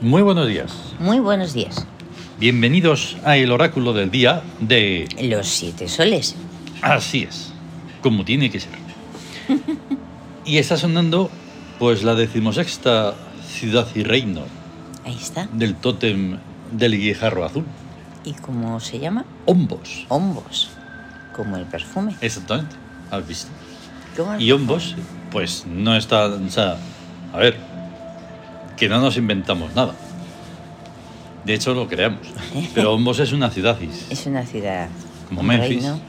Muy buenos días. Muy buenos días. Bienvenidos a el oráculo del día de... Los siete soles. Así es, como tiene que ser. y está sonando pues la decimosexta ciudad y reino Ahí está. del tótem del guijarro azul. ¿Y cómo se llama? Hombos. Hombos. Como el perfume. Exactamente, has visto. ¿Cómo el Eh, Y Hombos pues no está... O sea, a ver, que no nos inventamos nada. De hecho lo creamos. Pero Hombos es una ciudad. perfume? Es una ciudad. Como un Memphis. reino.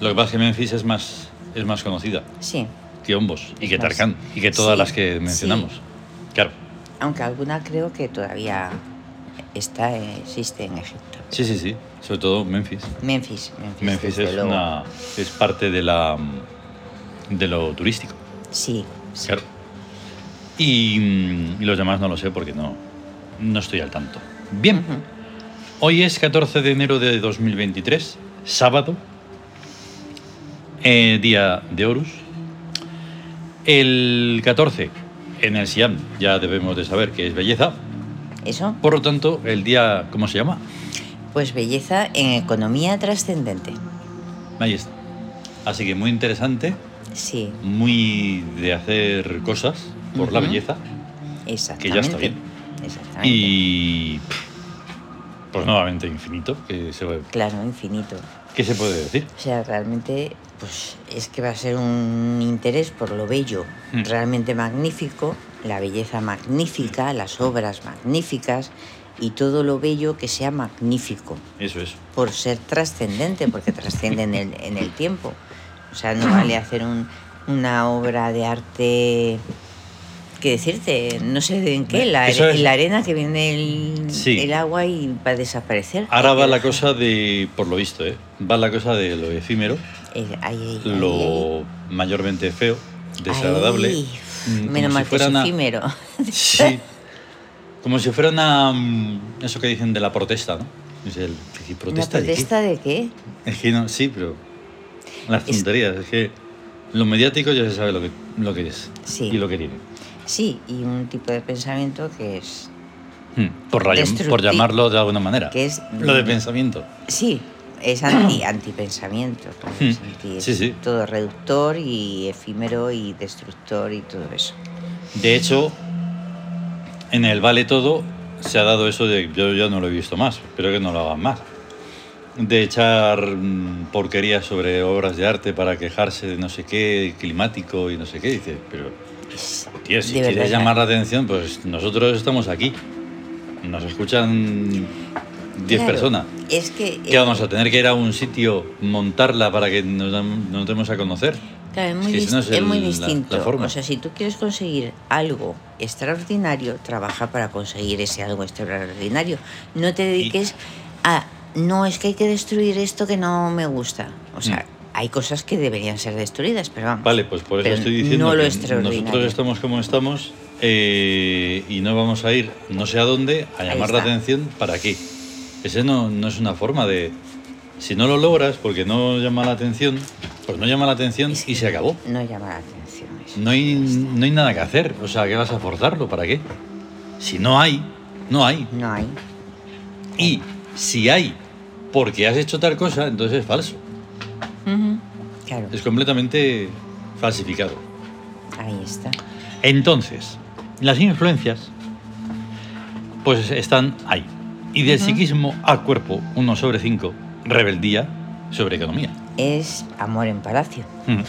Lo que pasa es que Memphis es más, es más conocida Sí. que Hombos y Es que más- Tarkan y que todas sí, las que mencionamos. sí. Claro, Aunque alguna creo que todavía está, eh, existe en Egipto. sí, sí, sí. Sobre todo Memphis. Memphis. Memphis, Memphis desde es, luego. una, es parte de, la, de lo turístico. Sí. sí. Claro. Y, mm, y los demás no lo sé porque no, no estoy al tanto. Bien, Ujú. hoy es 14 de enero de 2023, sábado, eh, día de Horus. El 14 en el Siam ya debemos de saber que es belleza. Eso. Por lo tanto, el día, ¿cómo se llama? Pues belleza en economía trascendente. Ahí está. Así que muy interesante, Sí. muy de hacer cosas por la Ujú. belleza. Exactamente. ya está bien. Exactamente. Y pff, pues nuevamente infinito, que se, Claro, infinito. ¿qué se puede decir? O sea, realmente, pues es que va a ser un interés por lo bello, Mm. realmente magnífico, la belleza magnífica, las obras magníficas y todo lo bello que sea magnífico, Eso es. por ser trascendente, porque trasciende en el, en el tiempo. O sea, no vale hacer un- una obra de arte, ¿qué decirte? No sé de en qué, la, Eso es- en la arena que viene el, Sí. el agua y va a desaparecer. Ahora Hay que va la dejar- cosa de, por lo visto, ¿eh? va la cosa de lo efímero, Eh, ahí, ahí, ahí, ahí. lo mayormente feo, desagradable. Ay, mm, como menos si mal que es fuera una- efímero. Sí. Como si fuera una. mm, Eso que dicen de la protesta, ¿no? Es el, ¿qué protesta, de ¿Una qué? protesta de qué? Es que no, sí, pero. Las Es- tonterías, es que. Lo mediático ya se sabe lo que, lo que es. Sí. Y lo que tiene. Sí, y un tipo de pensamiento que es... Hmm, Por, ra- Destructi- por llamarlo de alguna manera. que es- mm, Lo de pensamiento. Sí, es anti, antipensamiento. claro, es Mm, anti- es sí, sí. Todo reductor y efímero y destructor y todo eso. De hecho, en el Vale Todo se ha dado eso de. Yo ya no lo he visto más, espero que no lo hagan más. De echar mm, porquerías sobre obras de arte para quejarse de no sé qué, climático y no sé qué. Dices, pero, Es- tío, si de quieres verdad, llamar la atención, pues nosotros estamos aquí. Nos escuchan 10 claro, Eh, personas. Es que... ¿Qué vamos a tener que ir a un sitio, montarla para que nos, dam- nos demos a conocer? Claro, es muy, que dis- si no es es el- muy la- la distinto. forma. o sea, si tú quieres conseguir algo extraordinario, trabaja para conseguir ese algo extraordinario. No te dediques a, no, es que hay que destruir esto que no me gusta. O sea, hay cosas que deberían ser destruidas, pero vamos. Mm. Vale, pues por eso Pero estoy diciendo no lo que extraordinario. nosotros estamos como estamos eh, y no vamos a ir no sé a dónde a Ahí llamar la está. atención para qué. Ese no, no es una forma de... Si no lo logras porque no llama la atención, pues no llama la atención Es y que se acabó. No llama la atención. eso. No hay, no hay nada que hacer. O sea, ¿qué vas a forzarlo? ¿Para qué? Si no hay, no hay. No hay. Y si hay porque has hecho tal cosa, entonces es falso. Ujú, Claro, Es completamente falsificado. ahí está. Entonces, las influencias pues están ahí. Y del psiquismo al cuerpo, 1 sobre 5, rebeldía sobre economía. Es amor en palacio. Mm.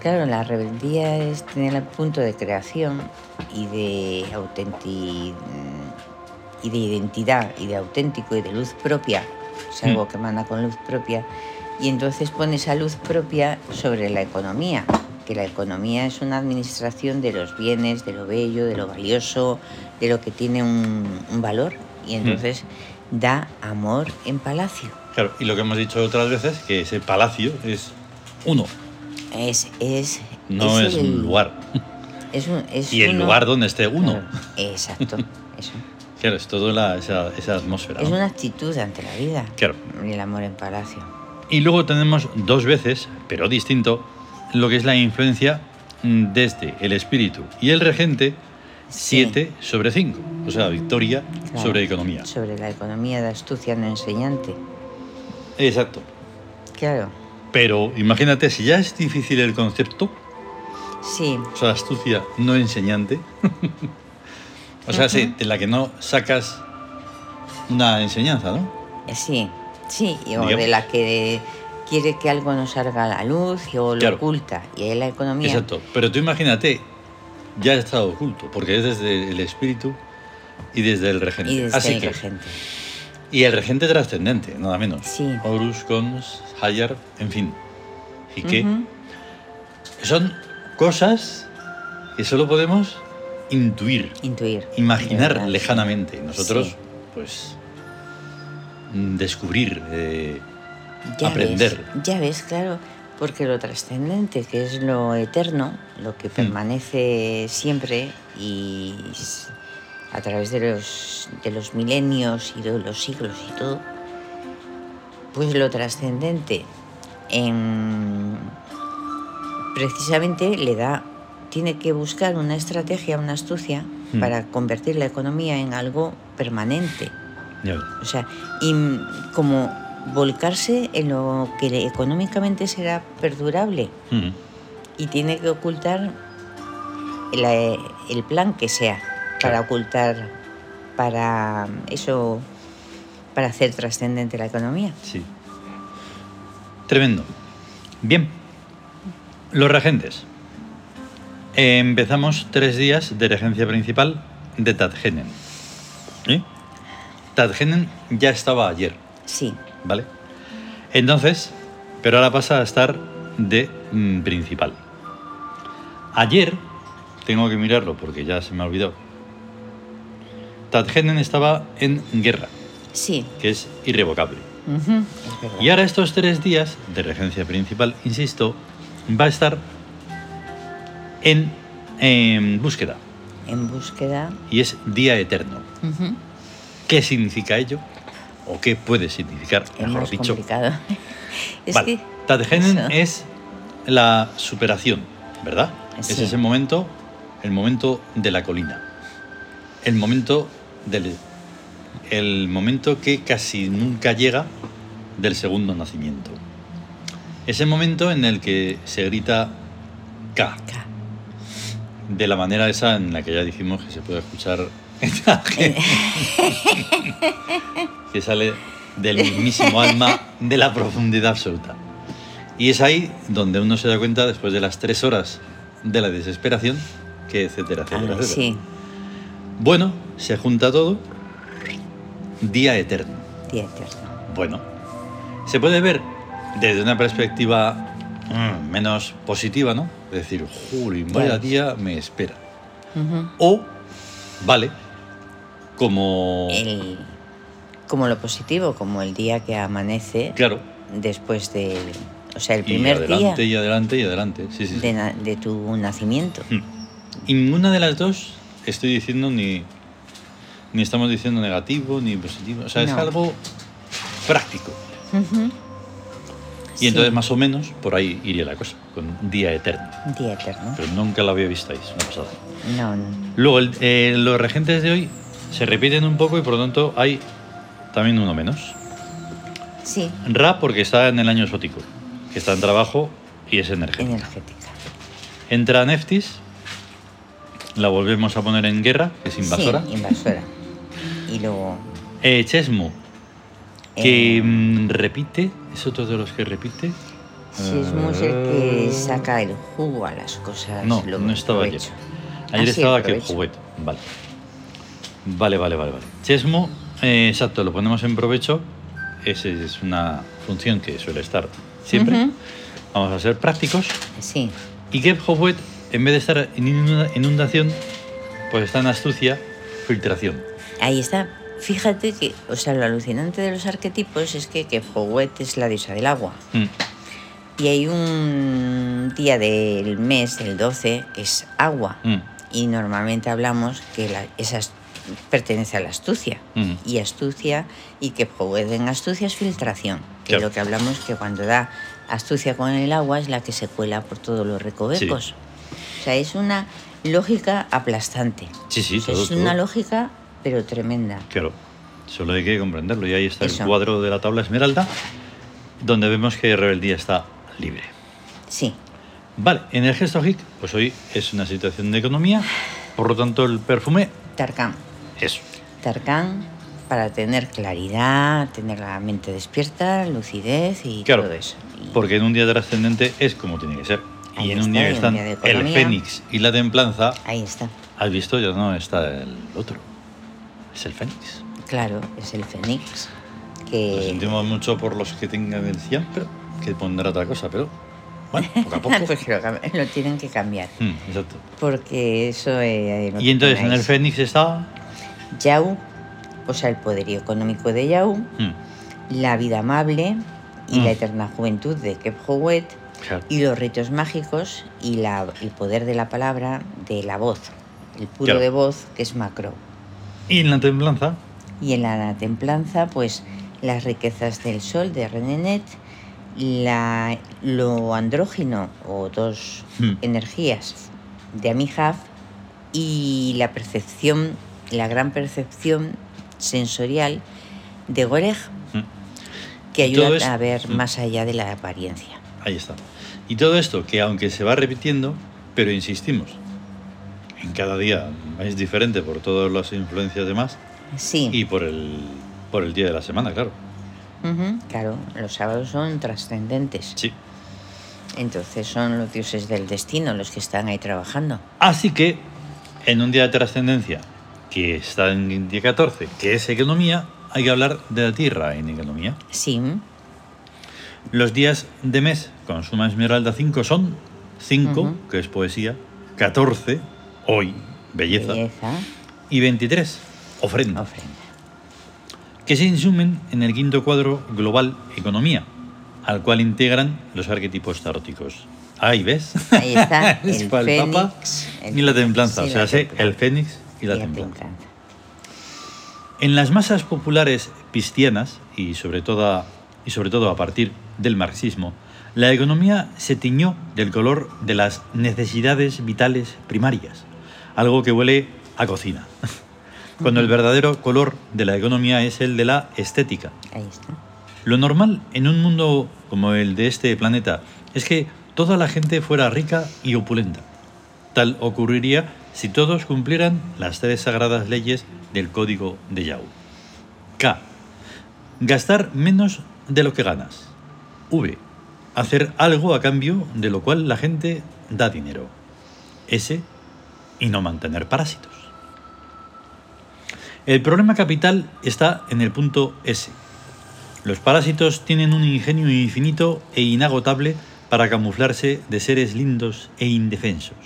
Claro, la rebeldía es tener el punto de creación y de autenti- y de identidad y de auténtico y de luz propia, es algo Mm. que manda con luz propia, y entonces pone esa luz propia sobre la economía, que la economía es una administración de los bienes, de lo bello, de lo valioso, de lo que tiene un, un valor, Mm. y entonces da amor en palacio. Claro, y lo que hemos dicho otras veces, que ese palacio es uno, Es, es, no es, el- un lugar. es un- es Y el uno- lugar donde esté uno. Claro, exacto. eso. Claro, es toda la- esa, esa atmósfera. Es ¿no? una actitud ante la vida. Claro. El amor en palacio. Y luego tenemos dos veces, pero este, distinto, lo que es la influencia mm, desde el espíritu y el regente Sí. 7 sobre 5. O sea, victoria Claro, sobre economía. Sobre la economía de astucia no enseñante. Exacto. Claro. Pero imagínate, si ya es difícil el concepto, Sí, o sea, astucia no enseñante, o sea, sí, de la que no sacas una enseñanza, ¿no? eh, sí, sí. y- O Digamos. de la que quiere que algo no salga a la luz y- o lo Claro. oculta. Y ahí la economía. Exacto. Pero tú imagínate, ya ha estado oculto, porque es desde el espíritu y desde el regente. Y desde Así el que, regente. Y el regente trascendente, nada menos. Sí. Horus, Cons, Hayar, en fin. Y que Ujú. son cosas que solo podemos intuir, Intuir. imaginar de verdad. lejanamente. Nosotros, Sí. pues, mm, descubrir. eh, Ya aprender. ves, ya ves, claro. Porque lo trascendente, que es lo eterno, lo Hmm. que permanece siempre y s- a través de los, de los milenios y de los siglos y todo, pues lo trascendente em, precisamente le da, tiene que buscar una estrategia, una astucia Hmm. para convertir la economía en algo permanente. ya ves. O sea, y mm, como volcarse en lo que le- económicamente será perdurable Mm. y tiene que ocultar la- el plan que sea para Claro. ocultar, para eso, para hacer trascendente la economía. Sí. Tremendo. Bien. Los regentes. Empezamos tres días de regencia principal de Tadgenen. ¿Eh? Tadgenen ya estaba ayer, Sí, ¿vale? Entonces, pero ahora pasa a estar de mm, principal. Ayer, tengo que mirarlo porque ya se me ha olvidado. Tadgenen estaba en guerra, sí, que es irrevocable. ujú, es verdad. Y ahora estos tres días de regencia principal, insisto, va a estar en, em, búsqueda. En búsqueda. Y es día eterno. ujú, ¿Qué significa ello? ¿O qué puede significar? Es Mejor más dicho. complicado. es vale. que- Tadgenen eso. es la superación, ¿verdad? Es Sí. ese momento, el momento de la colina. El momento del. El momento que casi nunca llega del segundo nacimiento. Ese momento en el que se grita K, Ca- de la manera esa en la que ya dijimos que se puede escuchar en Tadgenen. que sale del mismísimo alma de la profundidad absoluta. Y es ahí donde uno se da cuenta, después de las tres horas de la desesperación, que etcétera, etcétera, Hombre, etcétera. ah, sí, Bueno, se junta todo. Día eterno. día eterno. Bueno, se puede ver desde una perspectiva mm, menos positiva, ¿no? Es decir, juro, vaya ves. día me espera. ujú. O, vale, como... el- como lo positivo, como el día que amanece Claro, después de, o sea, el y primer día adelante, y adelante, y adelante. Sí, sí, sí. de, na- de tu nacimiento. Y ninguna de las dos estoy diciendo ni, ni estamos diciendo negativo ni positivo. O sea, es No. algo práctico. Ujú. Y entonces Sí, más o menos por ahí iría la cosa, con día eterno. Día eterno. Pero nunca lo había visto ahí, es una pasada. No, no. Luego, el- eh, los regentes de hoy se repiten un poco y por lo tanto hay también uno menos. Sí, Ra porque está en el año exótico, que está en trabajo y es energética. energética. Entra Neftis, la volvemos a poner en guerra, que es invasora. Sí, invasora. Y luego... Eh, Chesmo, que eh, mm, repite, es otro de los que repite. Sismo es el que saca el jugo a las cosas. No, lo no estaba ayer. provecho. Ayer Ah, sí, estaba el que el provecho. juguete. Vale. Vale, vale, vale, vale. Chesmo, eh, exacto, lo ponemos en provecho. Esa es una función que suele estar siempre. Ujú. Vamos a ser prácticos. Sí, Y que Howet, en vez de estar en inunda- inundación, pues está en astucia, filtración. ahí está. Fíjate que, o sea, lo alucinante de los arquetipos es que, que Powet es la diosa del agua. Mm, Y hay un día del mes, el 12, que es agua. mm, Y normalmente hablamos que la, esa as- pertenece a la astucia. mm. Y astucia, y que pueden astucia es filtración. Que Claro. lo que hablamos que cuando da astucia con el agua es la que se cuela por todos los recovecos. O sea, es una lógica aplastante. Sí, sí, O sea, todo, es una todo. lógica, pero tremenda. Claro, solo hay que comprenderlo. Y ahí está Eso. el cuadro de la tabla esmeralda, donde vemos que rebeldía está libre. Sí, Vale, en el gesto hic, pues hoy es una situación de economía, por lo tanto el perfume Tarkan. es Tarkan para tener claridad, tener la mente despierta, lucidez y Claro, todo eso. Y- porque en un día trascendente es como tiene que ser. Ahí y en está, un día y que un están día de el economía. fénix y la templanza, Ahí está. has visto, ya no está el otro. Es el fénix. Claro, es el Fénix. Lo Que... sentimos mucho por los que tengan el cian, pero que pondrá otra cosa, pero bueno, poco a poco. Pues lo, cam- lo tienen que cambiar. Mm, exacto. Porque eso. eh, no Y entonces en tenéis. el fénix está... Yau, o sea, el poderío económico de Yau, mm, la vida amable y Mm. la eterna juventud de Kephoguet, claro. y los ritos mágicos y la, el poder de la palabra, de la voz, el puro Claro. de voz que es macro. Y en la templanza, Y en la templanza, pues las riquezas del sol de Renenet, la, lo andrógino o dos Mm. energías de Amihaf y la percepción, la gran percepción sensorial de Gorej, Mm. que Y todo ayuda es- a ver Mm. más allá de la apariencia. Ahí está. Y todo esto que aunque se va repitiendo, pero insistimos, en cada día es diferente por todas las influencias demás Sí, y por el, por el día de la semana, claro. ujú, claro, los sábados son trascendentes. Sí. Entonces son los dioses del destino los que están ahí trabajando. Así que en un día de trascendencia, que está en el día 14, que es economía, hay que hablar de la tierra en economía. Sí, Los días de mes con suma esmeralda 5 son 5, Ujú. que es poesía, 14, hoy, belleza, belleza, y 23, ofrenda. ofrenda. que se insumen en el quinto cuadro global Economía, al cual integran los arquetipos taróticos. Ahí ves. Ahí está, el Es para el Papa fénix, el- y la templanza. sí, o sea, la sé templanza. el fénix y la Y la templanza. templanza. En las masas populares cristianas, y sobre, todo, y sobre todo a partir del marxismo, la economía se tiñó del color de las necesidades vitales primarias, algo que huele a cocina, cuando el verdadero color de la economía es el de la estética, Ahí está. lo normal en un mundo como el de este planeta es que toda la gente fuera rica y opulenta. Tal ocurriría si todos cumplieran las tres sagradas leyes del código de Yao. K. Gastar menos de lo que ganas. V. Hacer algo a cambio de lo cual la gente da dinero. S. Y no mantener parásitos. El problema capital está en el punto S. Los parásitos tienen un ingenio infinito e inagotable para camuflarse de seres lindos e indefensos.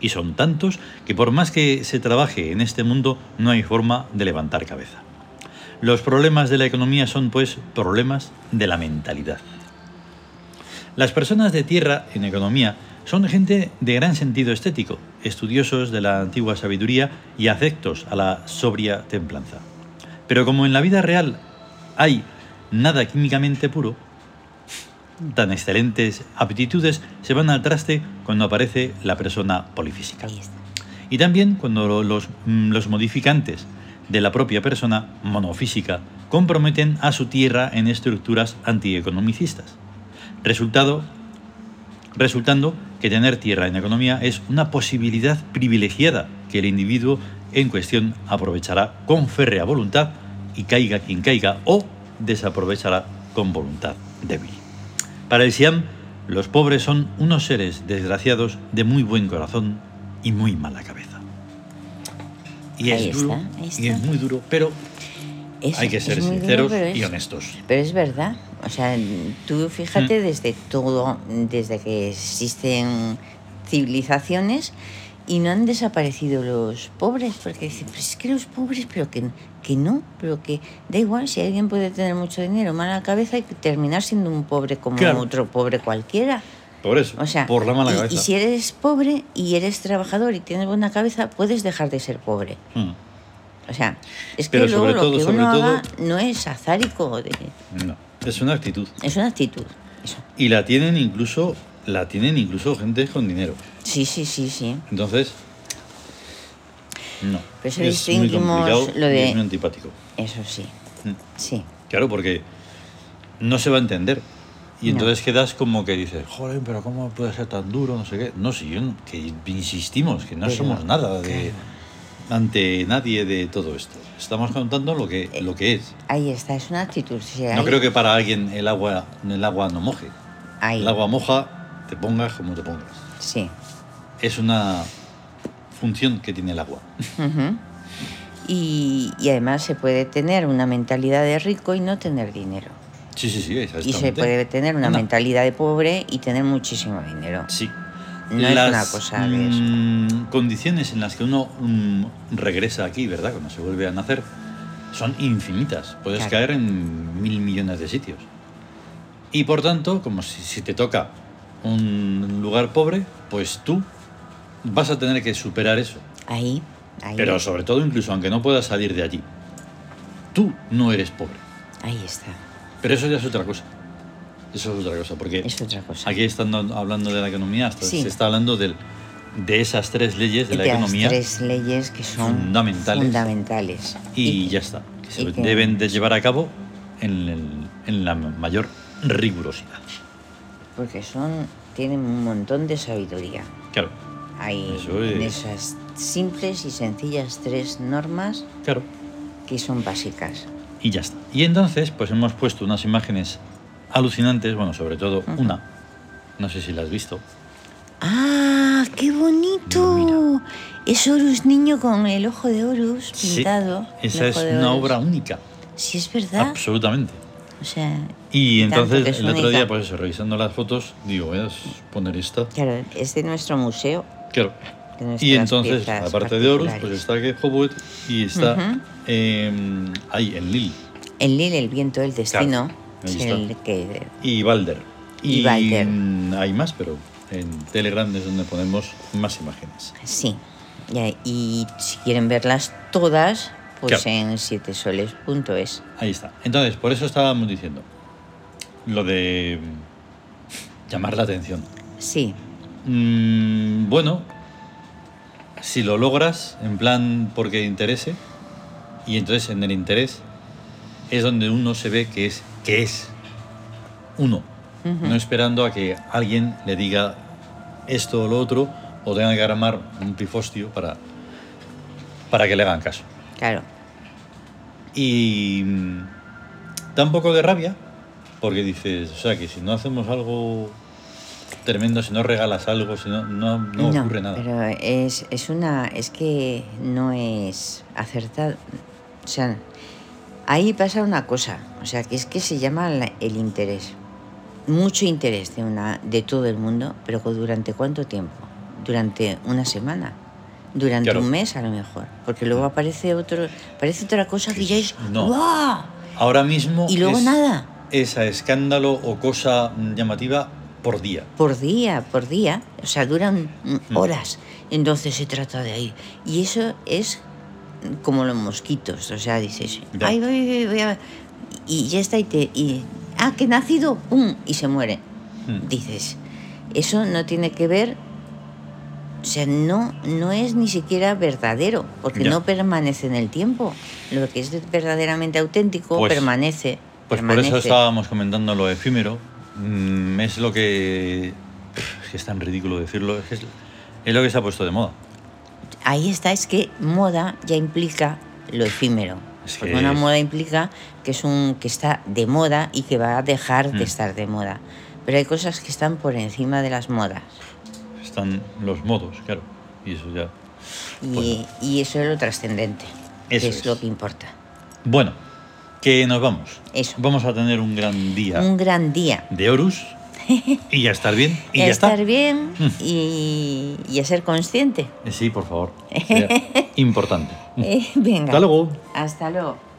Y son tantos que por más que se trabaje en este mundo no hay forma de levantar cabeza. Los problemas de la economía son pues problemas de la mentalidad. Las personas de tierra en economía son gente de gran sentido estético, estudiosos de la antigua sabiduría y afectos a la sobria templanza. Pero como en la vida real hay nada químicamente puro, tan excelentes aptitudes se van al traste cuando aparece la persona polifísica. Ahí está. Y también cuando lo- los, mm, los modificantes de la propia persona monofísica comprometen a su tierra en estructuras antieconomicistas. Resultado, resultando que tener tierra en economía es una posibilidad privilegiada que el individuo en cuestión aprovechará con férrea voluntad y caiga quien caiga o desaprovechará con voluntad débil. Para el Siam, los pobres son unos seres desgraciados de muy buen corazón y muy mala cabeza. Y es Ahí está, duro, ahí y es está. muy duro, pero Es- hay que es ser muy duro, sinceros pero y es- honestos. Mm. Pero es verdad, o sea, tú fíjate desde todo, desde que existen civilizaciones y no han desaparecido los pobres, porque dicen, pues es que los pobres, pero que, que no, pero que da igual, si alguien puede tener mucho dinero, mala cabeza y terminar siendo un pobre como Claro. otro pobre cualquiera. Por eso, O sea, por la mala y- cabeza. y si eres pobre y eres trabajador y tienes buena cabeza, puedes dejar de ser pobre. Mm. O sea, es que Pero luego sobre todo, lo que sobre uno todo- haga no es azárico, de- No, es una actitud. es una actitud. Eso. Y la tienen incluso, la tienen incluso gente con dinero. Sí, sí, sí, sí. Entonces, No. Por es eso muy distinguimos complicado lo y de- es muy antipático. Eso sí, Mm. sí. Claro, porque no se va a entender. Y No. entonces quedas como que dices, joder, pero ¿cómo puede ser tan duro? No sé qué. No, si yo, no- que insistimos, que no Pero, somos nada de, ante nadie de todo esto. Estamos contando lo que, lo que es. Ahí está, es una actitud. o sea, No Eh, ahí- creo que para alguien el agua, el agua no moje. ahí, El agua moja, te pongas como te pongas. Sí. Es una función que tiene el agua. Ujú. y, y además se puede tener una mentalidad de rico y no tener dinero. Sí, sí, sí, Y se exactamente. puede tener una Una. mentalidad de pobre y tener muchísimo dinero. Sí. No es una cosa de eso. mm, condiciones en las que uno mm, regresa aquí, ¿verdad? Cuando se vuelve a nacer, son infinitas. Puedes Claro. caer en mil millones de sitios. Y por tanto, como si, si te toca un lugar pobre, pues tú vas a tener que superar eso. Ahí, ahí, Pero sobre todo, incluso aunque no puedas salir de allí, tú no eres pobre. ahí está. Pero eso ya es otra cosa. Eso es otra cosa, porque Es otra cosa. Aquí están hablando de la economía, hasta Sí. se está hablando del- de esas tres leyes de la las economía tres leyes que son Fundamentales. fundamentales. y ya está. Que se y que- deben de llevar a cabo en, el- en la mayor rigurosidad. Porque son, tienen un montón de sabiduría. Claro, Hay Eso es. en esas simples y sencillas tres normas claro. que son básicas. Y ya está. Y entonces, pues hemos puesto unas imágenes alucinantes, bueno, sobre todo una. No sé si la has visto. ¡Ah, qué bonito! Es Horus niño con el ojo de Horus pintado. sí, esa el es ojo de una Horus. obra única, Sí, es verdad. absolutamente. O sea, Y Tanto que entonces es el otro única. día, pues eso, revisando las fotos, digo, voy a poner esta. claro, es de nuestro museo. Claro. de nuestras Y entonces, piezas aparte de Horus, pues particulares. está que Hobbit y está Ujú. em, ahí en Lille El Lille, el viento del destino, ahí es está. el que y Balder. Y Balder. mm, hay más, pero en Telegram es donde ponemos más imágenes. Sí. Y, y si quieren verlas todas, pues Claro. en siete soles.es. Ahí está. Entonces, por eso estábamos diciendo lo de mm, llamar la atención. Sí, Mm, bueno, si lo logras, en plan porque interese, y entonces en el interés es donde uno se ve que es, que es uno, no esperando a que alguien le diga esto o lo otro, o tenga que armar un pifostio para, para que le hagan caso. claro. Y mm, da un poco de rabia, porque dices, o sea, que si no hacemos algo tremendo, si no regalas algo, si no, no, no ocurre nada. Pero es, es una. Es que no es acertado. O sea, ahí pasa una cosa. O sea, que es que se llama la- el interés. Mucho interés de, una, de todo el mundo, pero ¿cu- ¿durante cuánto tiempo? Durante una semana. Durante Claro. un mes, a lo mejor. Porque luego aparece otro, aparece otra cosa que ya es. No. ¡guau! Ahora mismo Y luego es, nada. es a escándalo o cosa mm, llamativa por día. Por día, por día. O sea, duran mm, horas. Entonces se trata de ahí. Y eso es mm, como los mosquitos. O sea, dices, Ya. ay, voy, voy, voy a-". Y ya está, y te. y, ah, que he nacido, ¡pum! Y se muere. Mm. Dices, eso no tiene que ver. O sea, no, no es ni siquiera verdadero, porque Ya. no permanece en el tiempo. Lo que es verdaderamente auténtico Pues- permanece. Pues por permanece. eso estábamos comentando lo efímero. Mm, es lo que. Es que es tan ridículo decirlo. Es, que es- es lo que se ha puesto de moda. Ahí está, es que moda ya implica lo efímero. Es Porque que- una moda implica que es un que está de moda y que va a dejar Mm. de estar de moda. Pero hay cosas que están por encima de las modas. Están los modos, claro. Y eso ya. Y, Bueno. y eso es lo trascendente, que es, Eso es. lo que importa. Bueno, que nos vamos. Eso. Vamos a tener un gran día Un gran día. de Horus y a estar bien. Y A ya estar está. bien Mm. y, y a ser Eh, consciente. Sí, por favor. Sería Importante. Eh, venga. Mm. Hasta luego. Hasta luego.